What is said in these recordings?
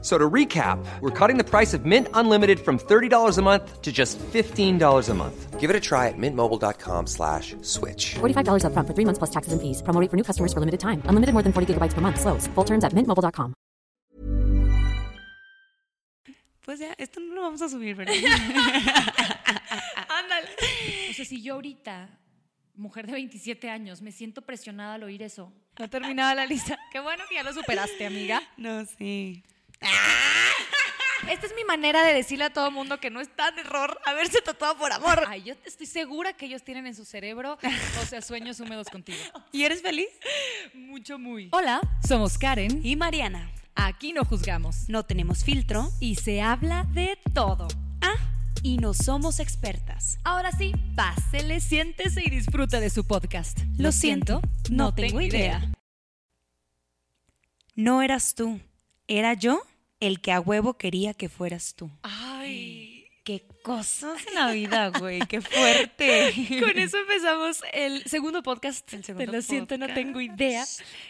So to recap, we're cutting the price of Mint Unlimited from $30 a month to just $15 a month. Give it a try at mintmobile.com slash switch. $45 upfront for three months plus taxes and fees. Promo rate for new customers for limited time. Unlimited more than 40 gigabytes per month. Slows. Full terms at mintmobile.com. Pues ya, esto no lo vamos a subir, ¿verdad? Ándale. O sea, si yo ahorita, mujer de 27 años, me siento presionada al oír eso. No terminaba la lista. Qué bueno que ya lo superaste, amiga. no, sí. Esta es mi manera de decirle a todo mundo que no es tan error haberse tatuado por amor. Ay, yo estoy segura que ellos tienen en su cerebro, o sea, sueños húmedos contigo. ¿Y eres feliz? Mucho, muy. Hola, somos Karen. Y Mariana, Aquí no juzgamos. no tenemos filtro Y se habla de todo. ah, y no somos expertas. Ahora sí, pásele, siéntese y disfruta de su podcast. Lo siento, no tengo idea. No eras tú, era yo el que a huevo quería que fueras tú. Ay. Qué cosas en la vida, güey, qué fuerte. Con eso empezamos el segundo podcast. El segundo Te lo siento, no podcast. tengo idea.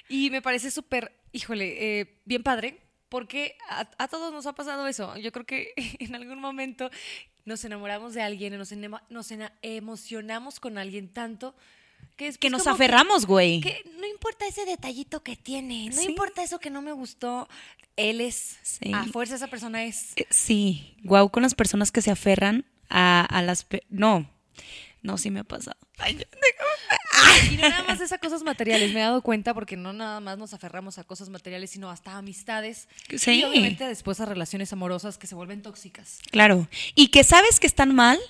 Y me parece súper, híjole, eh, bien padre, porque a, a todos nos ha pasado eso. Yo creo que en algún momento nos enamoramos de alguien, nos, enema- nos ena- emocionamos con alguien tanto que que, después nos como que- aferramos, güey. Que no importa ese detallito que tiene, no Sí. importa eso que no me gustó. Él es, Sí. a fuerza esa persona es. Eh, Sí, guau con las personas que se aferran a, a las... pe- No, no, sí me ha pasado. Ah. Y no nada más es a cosas materiales, me he dado cuenta porque no nada más nos aferramos a cosas materiales, sino hasta a amistades. Sí. Y obviamente después a relaciones amorosas que se vuelven tóxicas. Claro. Y que sabes que están mal,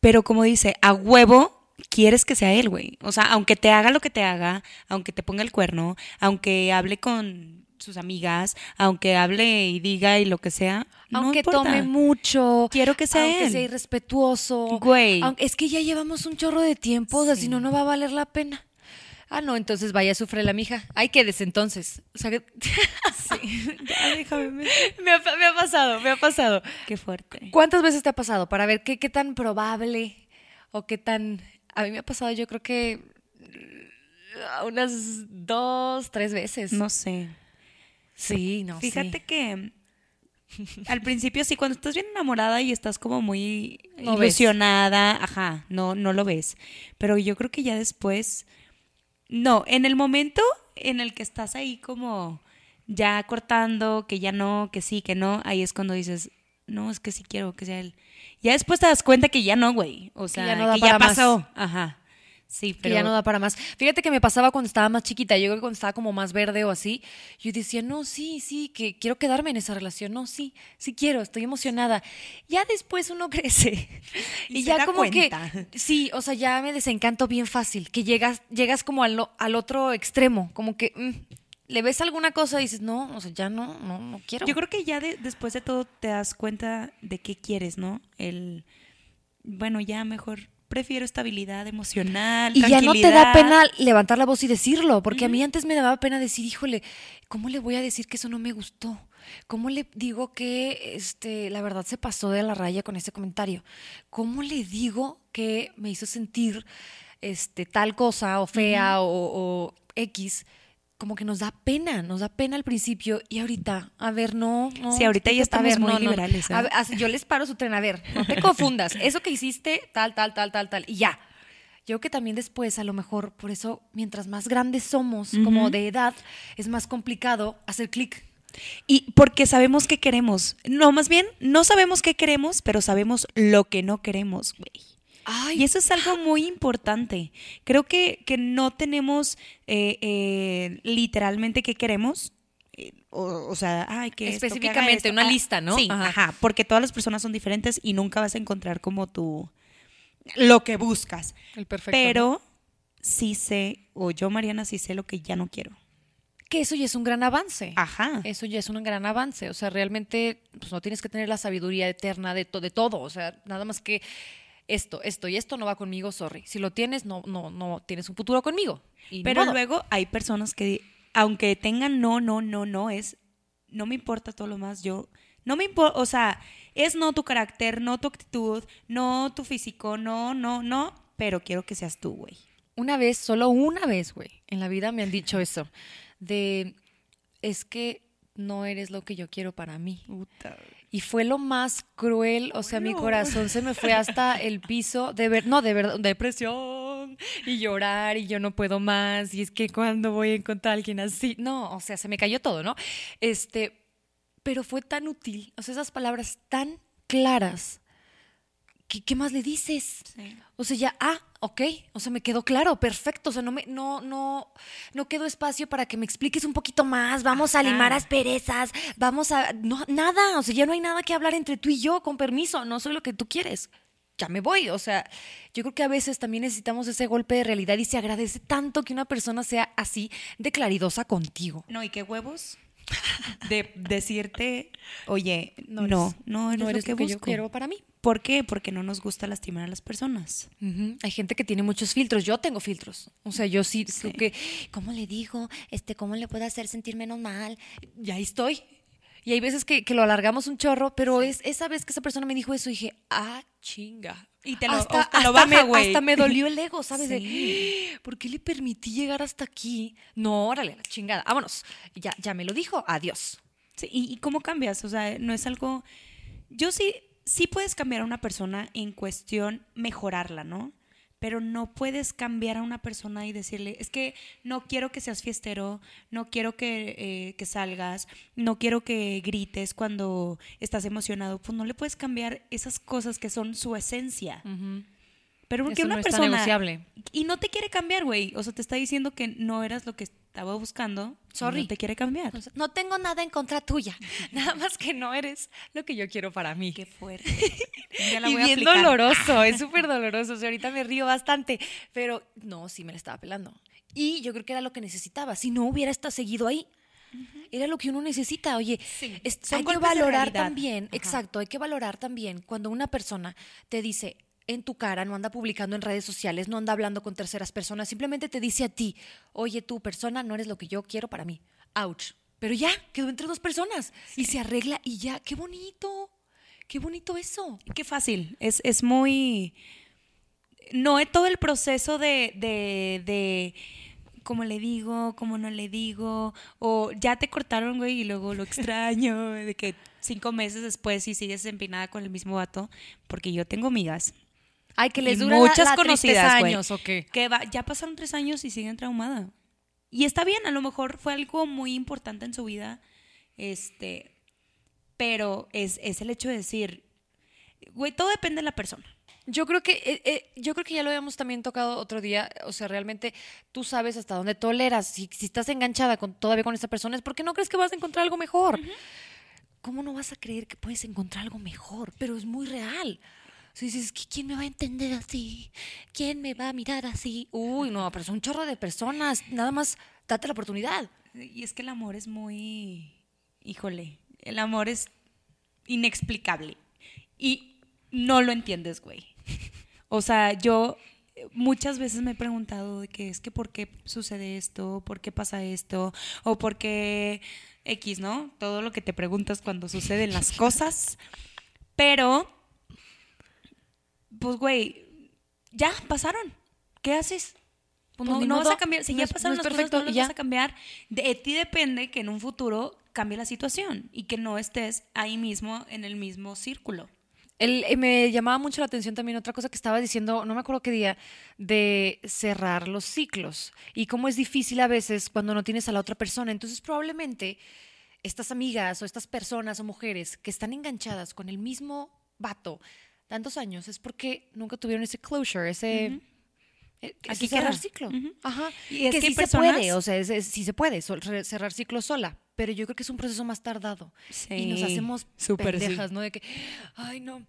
pero como dice, a huevo quieres que sea él, güey. O sea, aunque te haga lo que te haga, aunque te ponga el cuerno, aunque hable con sus amigas, aunque hable y diga y lo que sea. no Aunque importa. tome mucho. Quiero que sea aunque él. sea irrespetuoso. Güey. aunque- es que ya llevamos un chorro de tiempo, o sea, si no, no va a valer la pena. Ah, no, entonces vaya, sufre la mija. Ay, que entonces. O sea, que- Ya, déjame. me- me, ha, me ha pasado, me ha pasado. Qué fuerte. ¿Cuántas veces te ha pasado? Para ver qué, qué tan probable o qué tan... A mí me ha pasado yo creo que uh, unas dos, tres veces. No sé. Sí, no Fíjate sé. que al principio sí, cuando estás bien enamorada y estás como muy No ves. ilusionada, ajá, no, no lo ves. Pero yo creo que ya después, no, en el momento en el que estás ahí como ya cortando, que ya no, que sí, que no, ahí es cuando dices, no, es que sí quiero que sea él. Ya después te das cuenta que ya no, güey. O sea, que ya ya, no da para más. pasó. Ajá. Sí, Que pero ya no da para más. Fíjate que me pasaba cuando estaba más chiquita, yo creo que cuando estaba como más verde o así, yo decía, no, sí, sí, que quiero quedarme en esa relación, no, sí, sí quiero, estoy emocionada. Ya después uno crece y, Y se ya da como cuenta. que, sí, o sea, ya me desencanto bien fácil, que llegas, llegas como al, lo- al otro extremo, como que mm, le ves alguna cosa y dices, no, o sea, ya no, no, no quiero. Yo creo que ya de- después de todo te das cuenta de qué quieres, ¿no? El, bueno, ya mejor prefiero estabilidad emocional, Y ya no te tranquilidad. da pena levantar la voz y decirlo, porque a mí antes me daba pena decir, híjole, ¿cómo le voy a decir que eso no me gustó? ¿Cómo le digo que este, la verdad se pasó de la raya con ese comentario? ¿Cómo le digo que me hizo sentir este, tal cosa o fea o, o X? Como que nos da pena, nos da pena al principio y ahorita, a ver, no. no Sí, ahorita ya espérate, a ver, estamos muy liberales, ¿eh? A ver, así, yo les paro su tren, a ver, no te confundas, eso que hiciste, tal, tal, tal, tal, tal, y ya. Yo creo que también después, a lo mejor, por eso, mientras más grandes somos, como de edad, es más complicado hacer clic. Y porque sabemos qué queremos. No, más bien, no sabemos qué queremos, pero sabemos lo que no queremos, güey. Ay, Y eso es algo muy importante. Creo que, que no tenemos eh, eh, literalmente qué queremos. eh, O, o sea, ay, que esto, que haga Específicamente, esto. una Ah, lista, ¿no? Sí, Ajá. ajá. porque todas las personas son diferentes y nunca vas a encontrar como tú lo que buscas. el perfecto. Pero Pero sí sé, o yo, Mariana, sí sé lo que ya no quiero. que eso ya es un gran avance. Ajá. Eso ya es un gran avance. O sea, realmente, pues no tienes que tener la sabiduría eterna de, to- de todo. O sea, nada más que esto, esto y esto no va conmigo, sorry. Si lo tienes, no, no, no tienes un futuro conmigo. Y ni Pero modo. luego hay personas que, aunque tengan no, no, no, no, es no me importa todo lo más, yo no me importa, o sea, es no tu carácter, no tu actitud, no tu físico, no, no, no, pero quiero que seas tú, güey. Una vez, solo una vez, güey, en la vida me han dicho eso. De, es que no eres lo que yo quiero para mí. Y fue lo más cruel, o sea, mi corazón se me fue hasta el piso de ver, no, de verdad, depresión y llorar y yo no puedo más y es que cuando voy a encontrar a alguien así, no, o sea, se me cayó todo, ¿no? Este, pero fue tan útil, o sea, esas palabras tan claras. ¿Qué, qué más le dices? Sí. O sea, ya, ah, ok, o sea, me quedó claro, perfecto, o sea, no me, no, no, no quedó espacio para que me expliques un poquito más, vamos a Ajá. limar asperezas, vamos a, no, nada, o sea, ya no hay nada que hablar entre tú y yo, con permiso, no soy lo que tú quieres, ya me voy, o sea, yo creo que a veces también necesitamos ese golpe de realidad y se agradece tanto que una persona sea así de claridosa contigo. No, y qué huevos de decirte, oye, no, eres- no, eres, lo que, yo busco. quiero para mí. ¿Por qué? Porque no nos gusta lastimar a las personas. Ujú. Hay gente que tiene muchos filtros. Yo tengo filtros. O sea, yo sí, creo que, ¿cómo le digo? Este, ¿Cómo le puedo hacer sentir menos mal? Y ahí estoy. Y hay veces que, que lo alargamos un chorro, pero es esa vez que esa persona me dijo eso, dije, ah, chinga. Y te lo- hasta, o te lo hasta baja, me, güey. hasta me dolió el ego, ¿sabes? De, Sí. ¿Por qué le permití llegar hasta aquí? No, órale, a la chingada. Vámonos. Ya, ya me lo dijo. Adiós. Sí, ¿y, y cómo cambias? O sea, no es algo... Yo sí, sí puedes cambiar a una persona en cuestión mejorarla, ¿no? Pero no puedes cambiar a una persona y decirle, es que no quiero que seas fiestero, no quiero que, eh, que salgas, no quiero que grites cuando estás emocionado. Pues no le puedes cambiar esas cosas que son su esencia. Pero porque Eso una no está persona... negociable. Y no te quiere cambiar, güey. O sea, te está diciendo que no eras lo que estaba buscando. y Sorry. Pues No te quiere cambiar. O sea, no tengo nada en contra tuya. Nada más que no eres lo que yo quiero para mí. Qué fuerte. Ya la y voy a bien aplicar. doloroso, es súper doloroso. O sea, ahorita me río bastante, pero no, sí me la estaba pelando. Y yo creo que era lo que necesitaba. Si no hubiera estado seguido ahí, era lo que uno necesita. Oye, Sí, es- son hay que golpes de valorar realidad. también, Ajá. exacto, hay que valorar también cuando una persona te dice en tu cara, no anda publicando en redes sociales, no anda hablando con terceras personas, simplemente te dice a ti, oye, tu persona no eres lo que yo quiero para mí. Ouch. Pero ya, quedó entre dos personas y se arregla y ya, qué bonito, qué bonito eso. Qué fácil. Es, es muy. No es todo el proceso de, de, de cómo le digo, cómo no le digo, o ya te cortaron, güey, y luego lo extraño, de que cinco meses después sí sigues empinada con el mismo vato, porque yo tengo amigas. Ay, que les y dura muchas la, la conocidas, tristeza güey, años, ¿o qué? Que va- ya pasaron tres años y siguen traumada. Y está bien, a lo mejor fue algo muy importante en su vida, este, pero es, es el hecho de decir, güey, todo depende de la persona. Yo creo que eh, eh, yo creo que ya lo habíamos también tocado otro día, o sea, realmente tú sabes hasta dónde toleras. Si, si estás enganchada con, todavía con esta persona es porque no crees que vas a encontrar algo mejor. ¿Cómo no vas a creer que puedes encontrar algo mejor? Pero es muy real. Si dices, "¿Qui- ¿quién me va a entender así? ¿Quién me va a mirar así? Uy, no, pero es un chorro de personas. Nada más date la oportunidad. Y es que el amor es muy, híjole, el amor es inexplicable y no lo entiendes, güey. O sea, yo eh, muchas veces me he preguntado de que es que por qué sucede esto, por qué pasa esto, o por qué X, ¿no? Todo lo que te preguntas cuando suceden las cosas. Pero, pues, güey, ya pasaron. ¿Qué haces? Pues Pues no, ni no vas modo, a cambiar. Si no ya es- pasaron no es las cosas, perfecto, no las ya. vas a cambiar. De, de ti depende que en un futuro cambie la situación y que no estés ahí mismo, en el mismo círculo. El- eh, me llamaba mucho la atención también otra cosa que estaba diciendo, no me acuerdo qué día, de cerrar los ciclos y cómo es difícil a veces cuando no tienes a la otra persona. Entonces probablemente estas amigas o estas personas o mujeres que están enganchadas con el mismo vato tantos años es porque nunca tuvieron ese closure, ese... eh, ese Aquí cerrar queda. ciclo. Ujú. Ajá. Y es que, que hay sí personas- se puede, o sea, es- es- sí se puede sol- re- cerrar ciclo sola, pero yo creo que es un proceso más tardado. Y nos Sí, hacemos súper sí. pendejas, ¿no? De que, ay, no.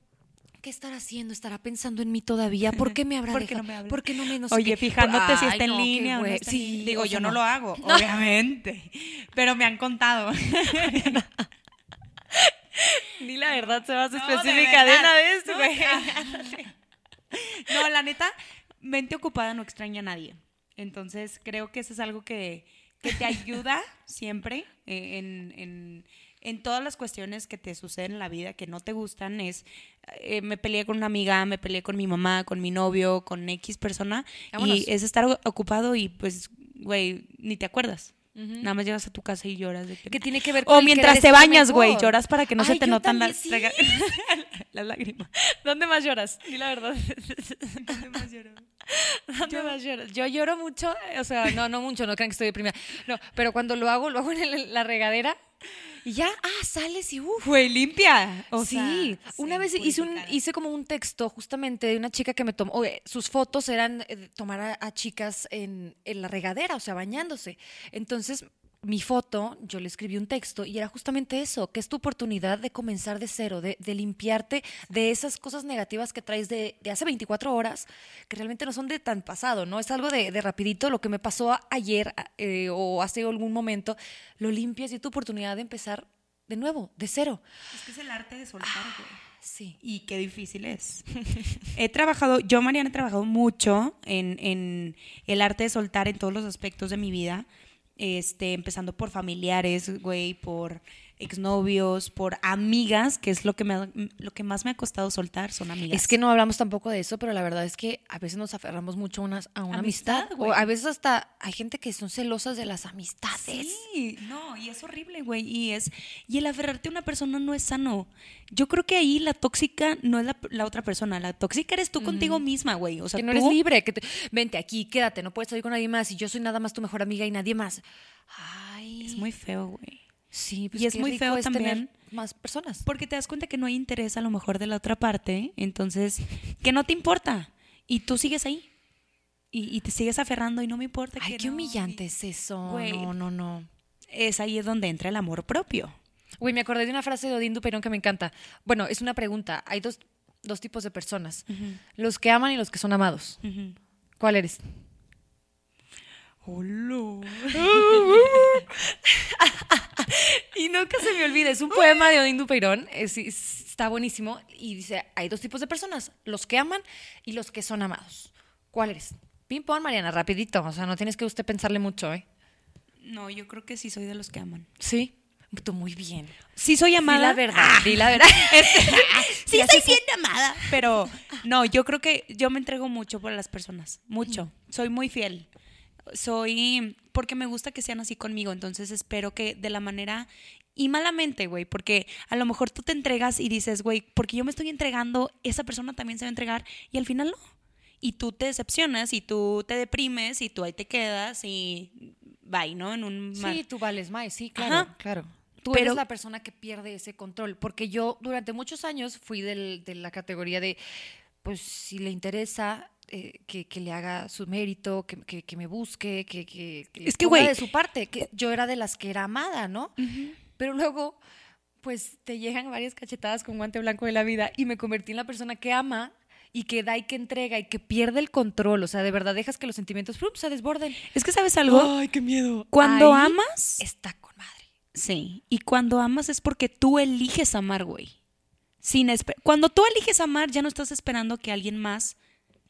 ¿Qué estará haciendo? ¿Estará pensando en mí todavía? ¿Por qué me habrá ¿Por qué dejado? no me habla? ¿Por qué no me no sé Oye, qué? fijándote si Ay, está en no, qué línea o no güey. está en Sí, línea. Digo, o yo sea, no, lo hago, No. obviamente. Pero me han contado. Di la verdad, se más No, de específica de, verdad. una vez, No, güey. No, la neta, mente ocupada no extraña a nadie. Entonces, creo que eso es algo que, que te ayuda siempre eh, en, en- en todas las cuestiones que te suceden en la vida que no te gustan es, eh, me peleé con una amiga, me peleé con mi mamá, con mi novio, con X persona, Vámonos. y es estar o- ocupado y pues, güey, ni te acuerdas. Nada más llegas a tu casa y lloras. De que, Que tiene que ver O con el mientras querer te estar bañas, güey, mejor. lloras para que no Ay, se te yo notan también, las, sí. rega- las lágrimas. ¿Dónde más lloras? Di la verdad. ¿Dónde más lloraba? ¿Dónde más lloras? Yo lloro mucho, eh, o sea, no, no mucho, no crean que estoy deprimida. No, pero cuando lo hago, lo hago en el- la regadera y ya, ah, sales y uff. Güey, limpia. O sí, sea, una sí, vez hice, un, purificada. hice como un texto justamente de una chica que me tomó, oye, sus fotos eran eh, tomar a, a chicas en, en la regadera, o sea, bañándose. Entonces, mi foto, yo le escribí un texto y era justamente eso, que es tu oportunidad de comenzar de cero, de, de limpiarte de esas cosas negativas que traes de, de hace 24 horas, que realmente no son de tan pasado, ¿no? Es algo de, de rapidito, lo que me pasó a- ayer a- eh, o hace algún momento, lo limpias y es tu oportunidad de empezar de nuevo, de cero. Es que es el arte de soltar, güey. Sí. Y qué difícil es. Ah. he trabajado, yo, Mariana, he trabajado mucho en, en el arte de soltar en todos los aspectos de mi vida. Este, empezando por familiares, güey, por exnovios, por amigas, que es lo que, me, ha- lo que más me ha costado soltar, son amigas. Es que no hablamos tampoco de eso, pero la verdad es que a veces nos aferramos mucho a una, a una Amistad, amistad. güey. o a veces hasta hay gente que son celosas de las amistades. Sí, no, y es horrible, güey. Y es, y el aferrarte a una persona no es sano. Yo creo que ahí la tóxica no es la, la otra persona. La tóxica eres tú contigo misma, güey. O sea, que no tú- eres libre, que te- vente aquí, quédate, no puedes salir con nadie más y yo soy nada más tu mejor amiga y nadie más. Ay, Es muy feo, güey. sí, pues y es qué muy rico feo es tener también. más personas. Porque te das cuenta que no hay interés a lo mejor de la otra parte, entonces, que no te importa. Y tú sigues ahí. Y, y te sigues aferrando y no me importa. Ay, que qué no, humillante y- es eso. Güey. No, no, no. Es ahí es donde entra el amor propio. Güey, me acordé de una frase de Odín Dupeirón que me encanta. Bueno, es una pregunta. Hay dos, dos tipos de personas. Los que aman y los que son amados. ¿Cuál eres? Hola. Y nunca se me olvida, es un poema de Odín Dupeirón, es- es- está buenísimo y dice, hay dos tipos de personas, los que aman y los que son amados. ¿Cuál eres? Ping pong, Mariana, rapidito, o sea, no tienes que usted pensarle mucho, ¿eh? No, yo creo que sí soy de los que aman. Sí. Tú muy bien. Sí soy amada. Ah. Di la verdad, di la verdad. sí soy bien amada. Pero no, yo creo que yo me entrego mucho por las personas. Mucho. Soy muy fiel. Soy. Porque me gusta que sean así conmigo. Entonces espero que de la manera. Y malamente, güey, porque a lo mejor tú te entregas y dices, güey, porque yo me estoy entregando, esa persona también se va a entregar y al final no. Y tú te decepcionas y tú te deprimes y tú ahí te quedas y bye, ¿no? En un mar. Sí, tú vales más, sí, claro, Ajá. claro. Tú Pero- eres la persona que pierde ese control, porque yo durante muchos años fui del- de la categoría de, pues si le interesa eh, que, que le haga su mérito, que, que- que me busque, que, que, le Es que, ponga güey, de su parte, que yo era de las que era amada, ¿no? Pero luego, pues te llegan varias cachetadas con guante blanco de la vida y me convertí en la persona que ama. Y que da y que entrega y que pierde el control. O sea, de verdad dejas que los sentimientos ¡frum!, se desborden. Es que sabes algo. Ay, qué miedo. Cuando Ahí amas. Está con madre. Sí, y cuando amas es porque tú eliges amar, güey. Sin espe- cuando tú eliges amar, ya no estás esperando que alguien más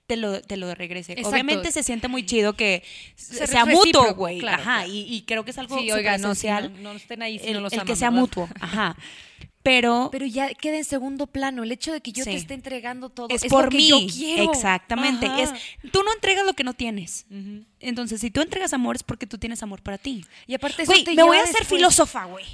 te lo, te lo regrese. Exacto. Obviamente se siente muy chido que se- Se sea recíproco, mutuo, güey. claro, Ajá, claro. Y, y creo que es algo Sí, oiga, no, si superesencial no- no estén ahí si el, no los el que aman, sea ¿verdad? mutuo, ajá. Pero, Pero ya queda en segundo plano el hecho de que yo Sí. te esté entregando todo. es, Es, por porque mí. Yo quiero. Exactamente. Ajá. Es, tú no entregas lo que no tienes. Entonces, si tú entregas amor es porque tú tienes amor para ti. Y aparte eso Güey, te me voy lleva a hacer después- filósofa, güey.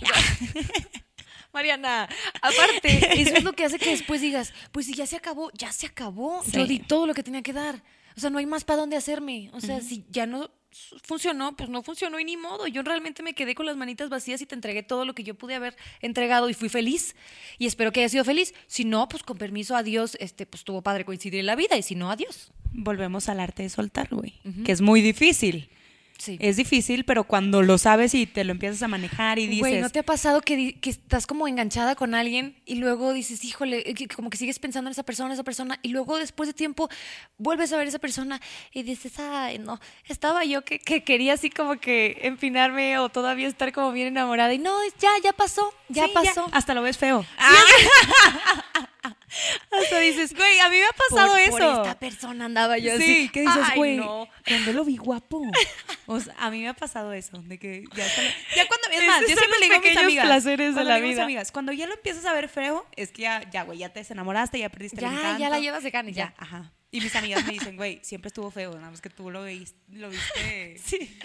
Mariana, aparte, eso es lo que hace que después digas, pues si ya se acabó, ya se acabó. Yo Sí. di todo lo que tenía que dar. O sea, no hay más para dónde hacerme. O sea, si ya no s- funcionó, pues no funcionó y ni modo. Yo realmente me quedé con las manitas vacías y te entregué todo lo que yo pude haber entregado y fui feliz. Y espero que haya sido feliz. Si no, pues con permiso, adiós. Este, pues tuvo padre coincidir en la vida y si no, adiós. volvemos al arte de soltar, güey, que es muy difícil. Sí. Es difícil, pero cuando lo sabes y te lo empiezas a manejar y dices, Güey, ¿no te ha pasado que, di- que estás como enganchada con alguien y luego dices, híjole, eh, que- como que sigues pensando en esa persona, esa persona, y luego después de tiempo vuelves a ver a esa persona y dices, ay, no, estaba yo que, que quería así como que empinarme o todavía estar como bien enamorada y no, es- ya, ya pasó, ya "Sí, pasó. hasta lo ves feo. Hasta dices, güey, a mí me ha pasado por, eso. por esta persona andaba yo así. sí, que dices, Ay, güey, no. cuando lo vi guapo. O sea, a mí me ha pasado eso, de que ya, hasta lo- ya cuando es más, Esos yo son siempre los le digo a mis pequeños amigas, placeres de cuando le la digo a mis vida. amigas, cuando ya lo empiezas a ver feo, es que ya, ya, güey, ya te desenamoraste, ya perdiste el Ya, ya encanto. la llevas de gane, ya. Ajá. Y mis amigas me dicen, güey, siempre estuvo feo, nada más que tú lo viste, lo viste. Sí.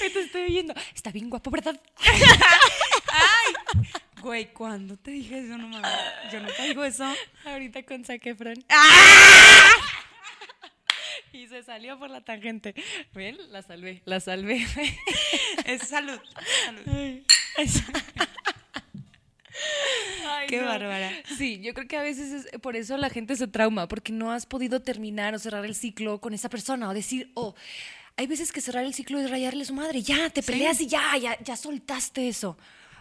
Me te estoy oyendo. Está bien guapo, ¿verdad? Güey, ¿cuándo te dije eso? No mames, yo no te digo eso. Ahorita con Saquefron. ¡Ah! Y se salió por la tangente. Ven, la salvé, la salvé. Es salud, salud. Ay, Qué bárbara. Sí, yo creo que a veces es por eso la gente se trauma, porque no has podido terminar o cerrar el ciclo con esa persona o decir, oh, hay veces que cerrar el ciclo es rayarle a su madre, ya, te peleas y ya, ya, ya soltaste eso.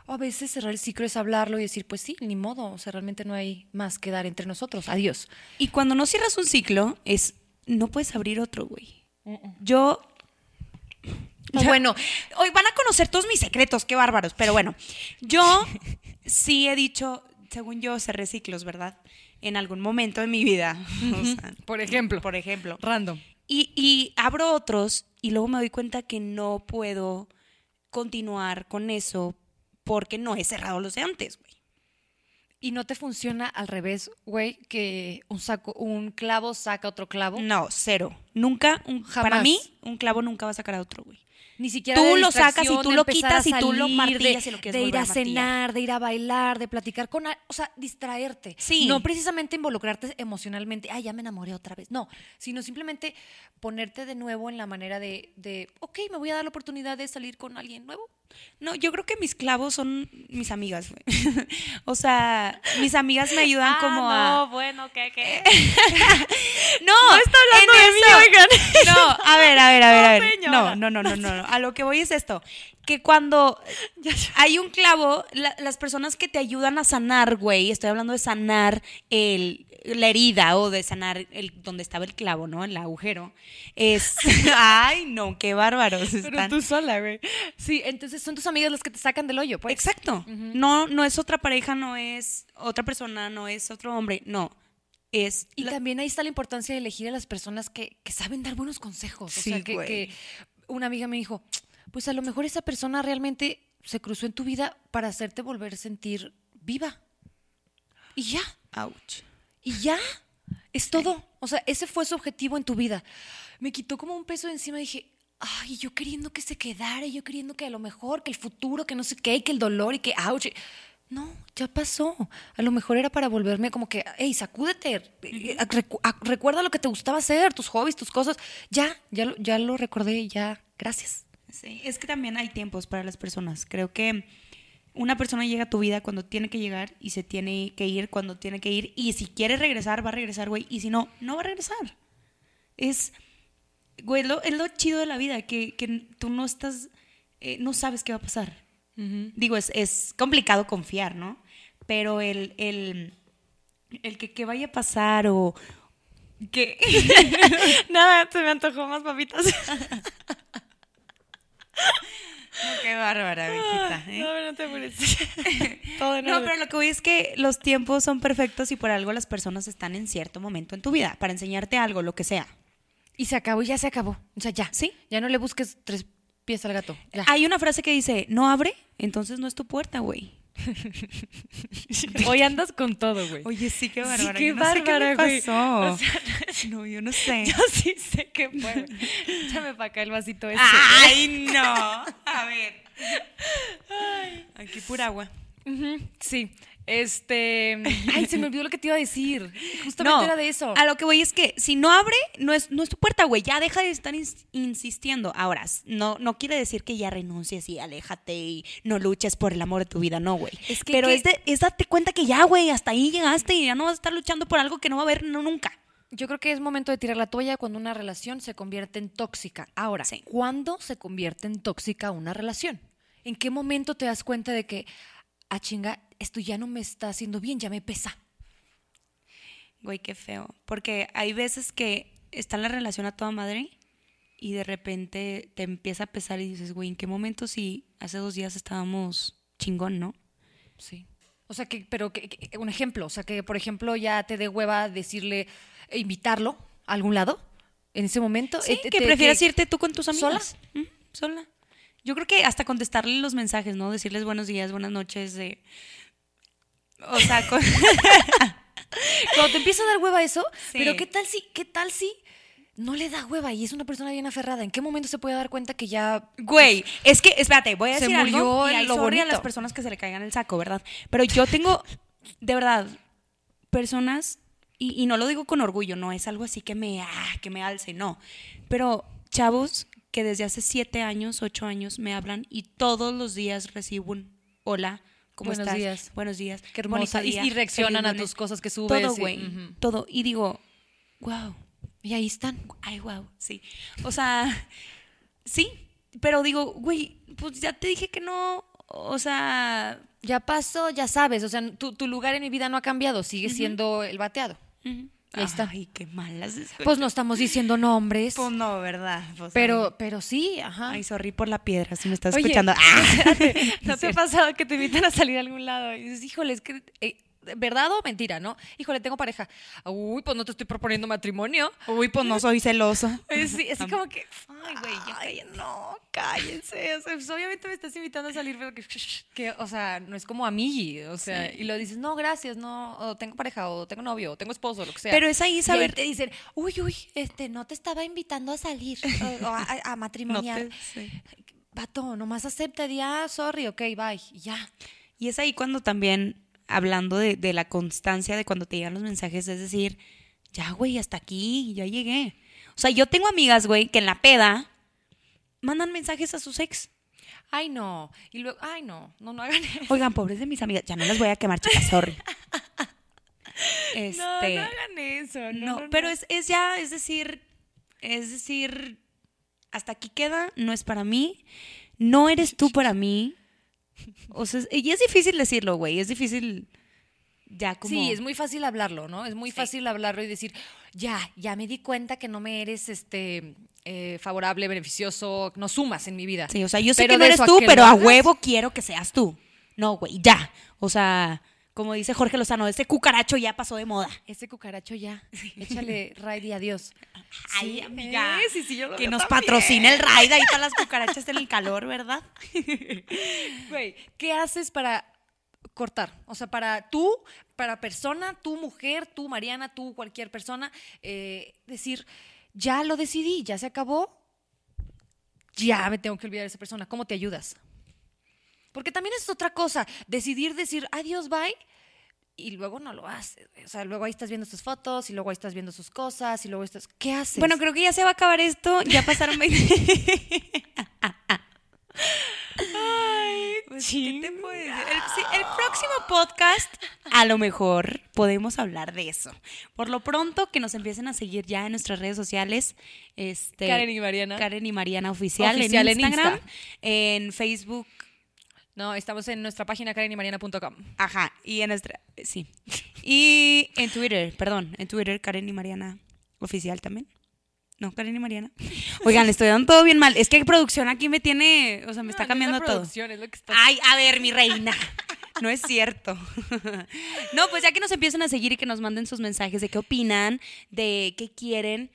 O a veces cerrar el ciclo es hablarlo y decir, pues sí, ni modo, o sea, realmente no hay más que dar entre nosotros, adiós. Y cuando no cierras un ciclo, es no puedes abrir otro, güey. Yo. Ya. Bueno, hoy van a conocer todos mis secretos, qué bárbaros. Pero bueno, yo sí he dicho, según yo, cerré ciclos, ¿verdad? En algún momento de mi vida. O sea, Por ejemplo. Por ejemplo. Random. Y, y abro otros y luego me doy cuenta que no puedo continuar con eso porque no he cerrado los de antes, güey. Y no te funciona al revés, güey, que un saco, un clavo saca otro clavo. No, cero. Nunca, un- para Jamás. mí, un clavo nunca va a sacar a otro, güey. Ni siquiera Tú de lo sacas distracción, y tú de lo empezar quitas a y tú lo salir, martillas de, y lo quieres de ir volver a a martillar. cenar, de ir a bailar, de platicar con, al- o sea, distraerte. Sí. No precisamente involucrarte emocionalmente, ay, ya me enamoré otra vez. No, sino simplemente ponerte de nuevo en la manera de, de ok, me voy a dar la oportunidad de salir con alguien nuevo. No, yo creo que mis clavos son mis amigas, güey. o sea, mis amigas me ayudan como a. Ah, bueno, ¿qué, qué? No, está en hablando de mí, eso- No, a ver, a ver, a ver, a No, ver. No, señora. no, no, no, no, no. A lo que voy es esto: que cuando hay un clavo, la- las personas que te ayudan a sanar, güey, estoy hablando de sanar el, la herida o de sanar el donde estaba el clavo, ¿no? El agujero. Es. Ay, no, qué bárbaros. Pero están. tú sola, güey. Sí, entonces son tus amigas las que te sacan del hoyo, pues. Exacto. No, no es otra pareja, no es otra persona, no es otro hombre, no. Es Y la- también ahí está la importancia de elegir a las personas que, que saben dar buenos consejos. o Sí, sea, que, güey. que una amiga me dijo, pues a lo mejor esa persona realmente se cruzó en tu vida para hacerte volver a sentir viva. Y ya, Ouch. y ya, es todo. O sea, ese fue su objetivo en tu vida. Me quitó como un peso de encima y dije, ay, yo queriendo que se quedara, yo queriendo que a lo mejor, que el futuro, que no sé qué, y que el dolor y que, ouch. No, ya pasó. A lo mejor era para volverme como que, hey, sacúdete, eh, eh, recu- a- recuerda lo que te gustaba hacer, tus hobbies, tus cosas. Ya, ya lo, ya lo recordé, ya, gracias. Sí, es que también hay tiempos para las personas. Creo que una persona llega a tu vida cuando tiene que llegar y se tiene que ir cuando tiene que ir. Y si quiere regresar, va a regresar, güey. Y si no, no va a regresar. Es, güey, lo- es lo chido de la vida, que, que tú no estás, eh, no sabes qué va a pasar. Digo, es, es complicado confiar, ¿no? Pero el, el, el que, que vaya a pasar o que... Nada, se me antojó más papitas. qué bárbara, ¿eh? no te Todo Ah, No, pero lo que voy es que los tiempos son perfectos y por algo las personas están en cierto momento en tu vida, para enseñarte algo, lo que sea. Y se acabó, y ya se acabó. O sea, ya. Sí. Ya no le busques tres pies al gato. Ya. Hay una frase que dice, no abre, entonces no es tu puerta, güey. Hoy andas con todo, güey. Oye, sí, qué bárbara, qué yo no sé qué me bárbara, güey. pasó. O sea, no, yo no sé. Yo sí sé que puedo. Échame para acá el vasito ese. Ay, no. A ver. Aquí pura agua. Ujú, Sí. Este. Ay, se me olvidó lo que te iba a decir. Justamente No, era de eso. A lo que voy es que si no abre, no es, no es tu puerta, güey. Ya deja de estar ins- insistiendo. Ahora, s- no, no quiere decir que ya renuncies y aléjate y no luches por el amor de tu vida, no, güey. Es que- Pero que- es, de- es date cuenta que ya, güey, hasta ahí llegaste y ya no vas a estar luchando por algo que no va a haber no, nunca. Yo creo que es momento de tirar la toalla cuando una relación se convierte en tóxica. Ahora, Sí. ¿cuándo se convierte en tóxica una relación? ¿En qué momento te das cuenta de que, ah, chinga, esto ya no me está haciendo bien, ya me pesa? Güey, qué feo. Porque hay veces que está en la relación a toda madre y de repente te empieza a pesar y dices, güey, ¿en qué momento si hace dos días estábamos chingón, no? Sí. O sea, que, pero que, que- un ejemplo, o sea, que por ejemplo ya te dé hueva decirle, e invitarlo a algún lado en ese momento. Sí, eh, te- que te- prefieras que- irte tú con tus ¿Sola? amigas. Ujú, sola. Yo creo que hasta contestarle los mensajes, ¿no? Decirles buenos días, buenas noches, de... O sea, con- Cuando te empieza a dar hueva eso, Sí. pero ¿qué tal si, qué tal si no le da hueva y es una persona bien aferrada? ¿En qué momento se puede dar cuenta que ya Güey, es que, espérate, voy a Se decir murió algo y en ahí lo sorry a bonito. las personas que se le caigan el saco, ¿verdad? Pero yo tengo, de verdad, personas, y, y no lo digo con orgullo, no es algo así que me, ah, que me alce, no. Pero chavos que desde hace siete años, ocho años me hablan y todos los días recibo un hola, ¿cómo Buenos estás? días. Buenos días. Qué hermosa. bonito Y- día, y reaccionan feliz a lunes". tus cosas que subes Todo, y- güey, ujú. todo. Y digo, wow, y ahí están? ay, wow, sí. O sea, sí, pero digo, güey, pues ya te dije que no, o sea, Ya pasó, ya sabes, o sea, tu, tu lugar en mi vida no ha cambiado, sigue siendo el bateado. Ahí está. ay, qué malas. es- Pues no estamos diciendo nombres, Pues no, ¿verdad? Pues, pero, pero sí, ajá. ay, ay, sorry por la piedra, si me estás Oye, escuchando. ¡Ah! ¿No te ha pasado que te invitan a salir a algún lado? Y dices, híjole, es que. eh, ¿Verdad o mentira, no? Híjole, tengo pareja. Uy, pues no te estoy proponiendo matrimonio. Uy, pues no soy celosa. Eh, sí, así como que. Ay, güey, ya cállense. No, cállense. O sea, pues, obviamente me estás invitando a salir, pero que. que, o sea, no es como a mí. O sea, y lo dices, no, gracias, no. o tengo pareja, o tengo novio, o tengo esposo, lo que sea. Pero es ahí Y saber- Te dicen, uy, uy, este, no te estaba invitando a salir, o, o a, a- a matrimoniar. sí. Vato, nomás acepta, di, ah, sorry, ok, bye, y ya. Y es ahí cuando también, hablando de, de la constancia de cuando te llegan los mensajes, es decir, ya, güey, hasta aquí, ya llegué. O sea, yo tengo amigas, güey, que en la peda mandan mensajes a sus ex. Ay, no. Y luego, ay, no, no, no hagan eso. Oigan, pobres de mis amigas, ya no las voy a quemar, chicas, sorry. Este, hagan eso. no, pero es, es ya, es decir, es decir, hasta aquí queda, no es para mí, no eres tú para mí. O sea, es- y es difícil decirlo, güey, es difícil ya como... Sí, es muy fácil hablarlo, ¿no? Es muy fácil hablarlo y decir, ya, ya me di cuenta que no me eres este eh, favorable, beneficioso, no sumas en mi vida. Sí, o sea, yo sé Pero que no de eres eso tú, que pero lo a hagas, huevo quiero que seas tú. No, güey, ya. O sea, como dice Jorge Lozano, ese cucaracho ya pasó de moda. Ese cucaracho ya, échale Ray y adiós. Ay, Sí, amiga. eh, sí, sí, yo lo que veo nos también. patrocina el raid ahí para las cucarachas en el calor, ¿verdad? Güey, ¿qué haces para cortar? O sea, para tú, para persona, tú mujer, tú Mariana, tú cualquier persona, eh, decir, ya lo decidí, ya se acabó, ya me tengo que olvidar de esa persona. ¿Cómo te ayudas? Porque también es otra cosa, decidir decir adiós, bye. Y luego no lo haces. O sea, luego ahí estás viendo sus fotos y luego ahí estás viendo sus cosas y luego estás... ¿Qué haces? Bueno, creo que ya se va a acabar esto. Ya pasaron 20. Pues, ¿Qué te puedo decir? El, sí, el próximo podcast, a lo mejor podemos hablar de eso. Por lo pronto, que nos empiecen a seguir ya en nuestras redes sociales. Este, Karen y Mariana. Karen y Mariana Oficial, Oficial en en Instagram. En, Insta. Facebook. No, estamos en nuestra página karenymariana.com. Ajá. Y en nuestra. Sí. Y en Twitter, perdón. En Twitter, Karen y Mariana Oficial también. No, Karen y Mariana. Oigan, le estoy dando todo bien mal. Es que producción aquí me tiene. O sea, me está cambiando todo. Es lo que está Ay, a ver, mi reina. Pues No es cierto. No, pues ya que nos empiezan a seguir y que nos manden sus mensajes de qué opinan, de qué quieren,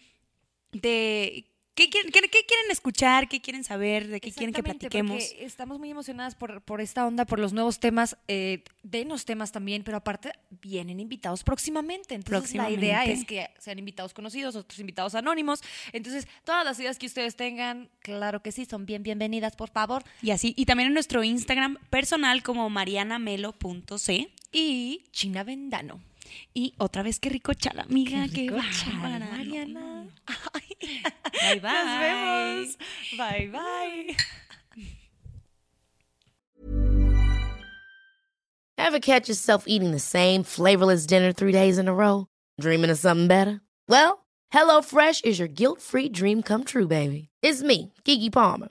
de qué quieren, qué, qué quieren escuchar, qué quieren saber, de qué quieren que Exactamente, platiquemos. porque Estamos muy emocionadas por, por esta onda, por los nuevos temas. Eh, denos temas también, pero aparte vienen invitados próximamente. Entonces, Próximamente. la idea es que sean invitados conocidos, otros invitados anónimos. Entonces, todas las ideas que ustedes tengan, claro que sí, son bien bienvenidas, por favor. Y así, y también en nuestro Instagram personal como marianamelo.c. Y China Vendano. Y otra vez, qué rico chala, amiga, qué, rico bárbara, chala, no, Mariana. no, no. Bye, bye. Nos Bye, bye. Ever catch yourself eating the same flavorless dinner three days in a row? Dreaming of something better? Well, HelloFresh is your guilt free dream come true, baby. It's me, Kiki Palmer.